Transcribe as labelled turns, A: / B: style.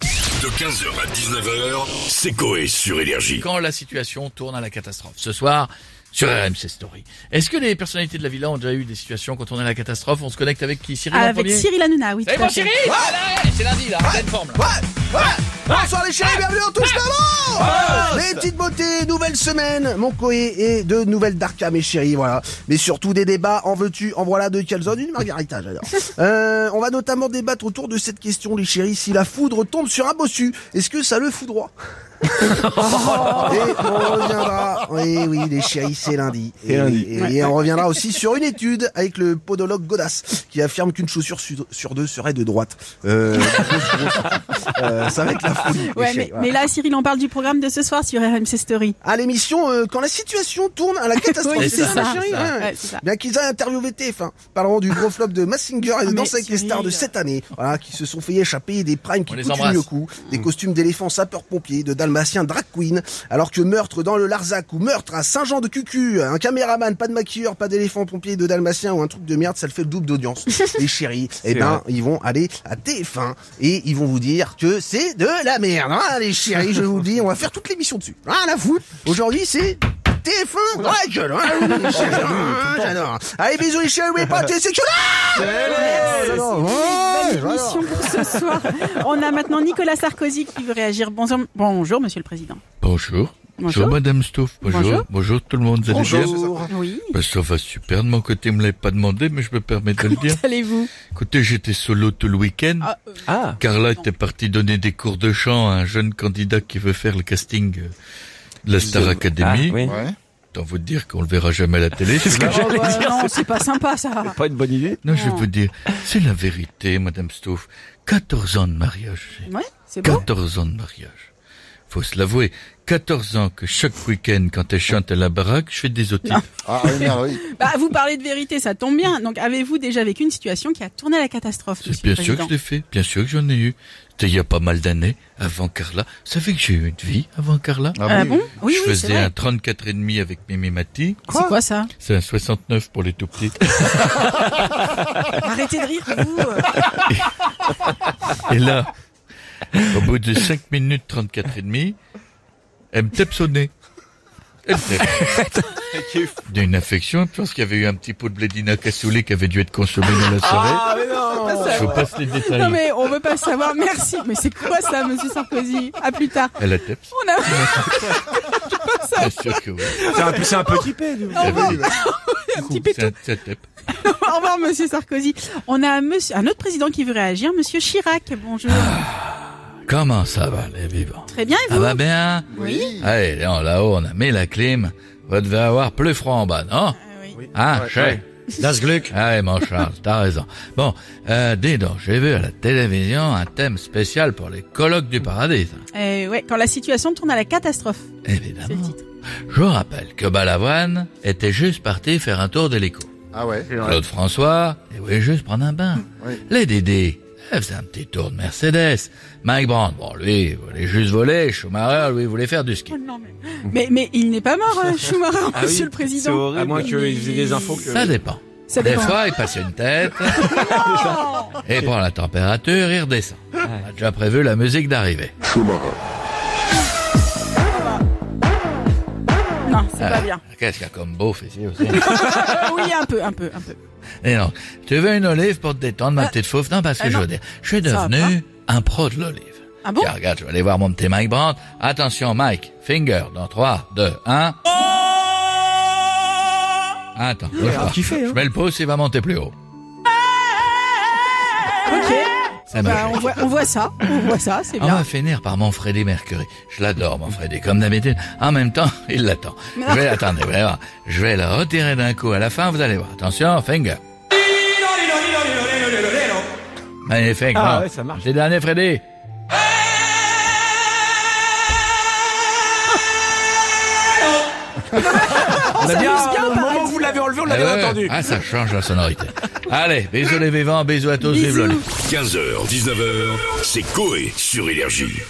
A: De 15h à 19h, c'est Coé sur Énergie.
B: quand la situation tourne à la catastrophe. Ce soir, sur RMC Story. Est-ce que les personnalités de la villa ont déjà eu des situations quand on est à la catastrophe On se connecte avec qui Cyril en
C: Avec
B: premier
C: Cyril Hanouna, oui.
B: Salut
C: tout à
B: Eh, mon
C: fait.
B: Cyril
D: Ah,
B: Voilà, ouais, C'est lundi là, pleine forme là.
E: Ouais, ouais. Bonsoir les chéris, bienvenue en touche maman Les petites beautés, nouvelle semaine, mon coé et de nouvelles darka mes chéris, voilà. Mais surtout des débats, en veux-tu, en voilà de calzone, une margarita, j'adore. Euh, on va notamment débattre autour de cette question les chéris, si la foudre tombe sur un bossu, est-ce que ça le fout droit
C: Oh.
E: et on reviendra, oui, oui, les chéris, c'est lundi. Et, et- et on reviendra aussi sur une étude avec le podologue Godas, qui affirme qu'une chaussure su- sur deux serait de droite. Euh, grosse, grosse- euh, ça va être la folie. les
C: Ouais,
E: chéris,
C: mais,
E: voilà.
C: mais là, Cyril, on parle du programme de ce soir sur RMC Story.
E: à l'émission euh, quand la situation tourne à la catastrophe.
C: Oui,
B: c'est
C: ça,
E: chérie,
B: c'est
E: ouais.
B: ça.
C: Ouais, c'est ça.
E: Bien qu'ils aient interviewé TF1, parleront du gros flop de Massinger et de
C: Ah, Mais
E: Danse avec les
C: Cyril.
E: stars de cette année, voilà, qui se sont fait échapper des primes
B: On
E: qui
B: les
E: coûtent
B: embrasse.
E: le coup, des costumes d'éléphants sapeurs-pompiers, de dalmatiens drag queen, alors que meurtre dans le Larzac ou meurtre à Saint-Jean de Cucu, un caméraman, pas de maquilleur, pas d'éléphant pompier, de dalmatien ou un truc de merde, ça le fait le double d'audience. les chéris, eh ben, ils vont aller à TF1 et ils vont vous dire que c'est de la merde, hein, les chéris, je vous le dis, on va faire toute l'émission dessus. Ah, la foutre. Aujourd'hui, c'est TF1 dans la gueule, hein. les chéris, hein, J'adore. Allez, bisous, les chéris, n'oubliez pas, t'es
C: Belle émission pour ce soir. On a maintenant Nicolas Sarkozy qui veut réagir. Bonjour, bonjour Monsieur le Président.
D: Bonjour.
C: Bonjour.
D: Madame Stouff. Bonjour.
C: Bonjour.
D: Bonjour. tout le monde. Vous allez bien
E: Bonjour.
C: Oui.
D: Bah, Ça va super. De mon côté, me l'avez pas demandé, mais je me permets de le dire.
C: Allez-vous
D: Écoutez, j'étais solo tout le week-end.
C: Ah, euh,
D: Carla était partie donner des cours de chant à un jeune candidat qui veut faire le casting euh, de la Star Academy.
F: Ah, oui.
D: Tant vous dire qu'on le verra jamais à la télé. celui-là.
C: oh, bah, non, c'est pas sympa ça.
F: Pas une bonne idée.
D: Non, je vais
C: Non.
D: vous dire, c'est la vérité, Madame Stouff. 14 ans de mariage. j'ai.
C: Ouais, c'est beau.
D: 14 ans de mariage. Faut se l'avouer, 14 ans que chaque week-end, quand elle chante à la baraque, je fais des otites.
C: Bah, vous parlez de vérité, ça tombe bien. Donc, avez-vous déjà vécu une situation qui a tourné à la catastrophe
D: C'est
C: Monsieur le
D: bien sûr que
C: Président
D: je l'ai fait, bien sûr que j'en ai eu. C'était il y a pas mal d'années, avant Carla. Vous savez que j'ai eu une vie avant Carla
C: Ah bon Oui,
D: Je
C: oui, c'est
D: faisais
C: vrai.
D: un 34,5 avec Mimi Mati.
C: C'est quoi ça
D: C'est un 69 pour les tout petits.
C: Arrêtez de rire, vous. euh.
D: Et là, au bout de 5 minutes 34,5, elle me tape son nez. Elle me tape. D'une infection, je pense qu'il y avait eu un petit pot de blédina cassoulet qui avait dû être consommé dans la soirée.
F: Ah, mais non
D: Je vous passe les détails.
C: Non mais on veut pas savoir. Merci. Mais c'est quoi ça, Monsieur Sarkozy À plus tard.
D: Elle a tapé.
C: On a.
D: Bien sûr que oui.
F: C'est un, c'est un petit P, du coup.
C: Au revoir.
D: Un
C: petit pétou. Au revoir, Monsieur Sarkozy. On a un, monsieur, un autre président qui veut réagir, Monsieur Chirac. Bonjour.
D: Comment ça va, les vivants
C: Très bien, et
D: Ça
C: vous
D: va bien
C: Oui.
D: Allez, là, là-haut, on a mis la clim. Vous devez avoir plus froid en bas, non
C: Ah oui.
D: Hein, chez
F: Das Gluck.
D: Allez, mon Charles, t'as raison. Bon, euh, dis donc, j'ai vu à la télévision un thème spécial pour les colloques du paradis. ça.
C: Euh, ouais, quand la situation tourne à la catastrophe,
F: Ah
C: c'est le
D: Évidemment.
C: titre.
D: Je rappelle que Balavoine était juste parti faire un tour d'hélico. Ah ouais Claude François, il voulait juste prendre un bain. Les Dédés, elle faisait un petit tour de Mercedes. Mike Brandt, bon, lui, il voulait juste voler. Schumacher, lui, il voulait faire du ski.
C: Oh non, mais... mais mais il n'est pas mort, euh, Schumacher,
F: Ah oui,
C: Monsieur le
F: c'est
C: Président.
F: horrible. Ah, À moins qu'ils aient des infos que...
D: Ça dépend.
C: Ça
D: Des
C: dépend.
D: fois, il passe une tête,
C: Oh
D: et prend la température, il redescend. On a déjà prévu la musique d'arrivée.
C: non, c'est
D: Ah,
C: pas bien.
D: Qu'est-ce qu'il y a comme beauf ici aussi
C: Ah oui, un peu, un peu, un peu.
D: Et non, tu veux une olive pour te détendre, ma petite fouf Non, parce que
C: euh,
D: je
C: non.
D: veux dire, je suis
C: Ça va
D: devenu un pro de l'olive.
C: Ah bon
D: Tiens, regarde, je vais aller voir mon petit Mike Brandt. Attention, Mike, finger, dans 3, 2, 1. Attends, bouge pas.
F: hein.
D: je mets le pouce, il va monter plus haut.
F: Ah.
C: Ok.
D: Ça me
C: Bah,
D: gêne.
C: on voit, on voit ça, on voit ça, c'est
D: Ah, On
C: bien.
D: va finir par mon Freddy Mercury. Je l'adore, mon Freddy, comme d'habitude. En même temps, il l'attend. Je vais l'attendre, vous allez voir. Je vais le retirer d'un coup à la fin, vous allez voir. Attention, finger. Magnifique,
F: Ah
D: non
F: ouais, ça marche.
D: C'est le dernier, Freddy.
F: On a Ah, bien,
C: s'amuse bien,
F: au
C: pareil.
F: moment où vous l'avez enlevé, on l'avait
D: Ah ouais.
F: entendu.
D: Ah, ça change la sonorité. allez, bisous les vivants, bisous à tous, vive
C: Bisous.
D: l'Olympe.
A: 15h, 19h, c'est Coé sur Énergie.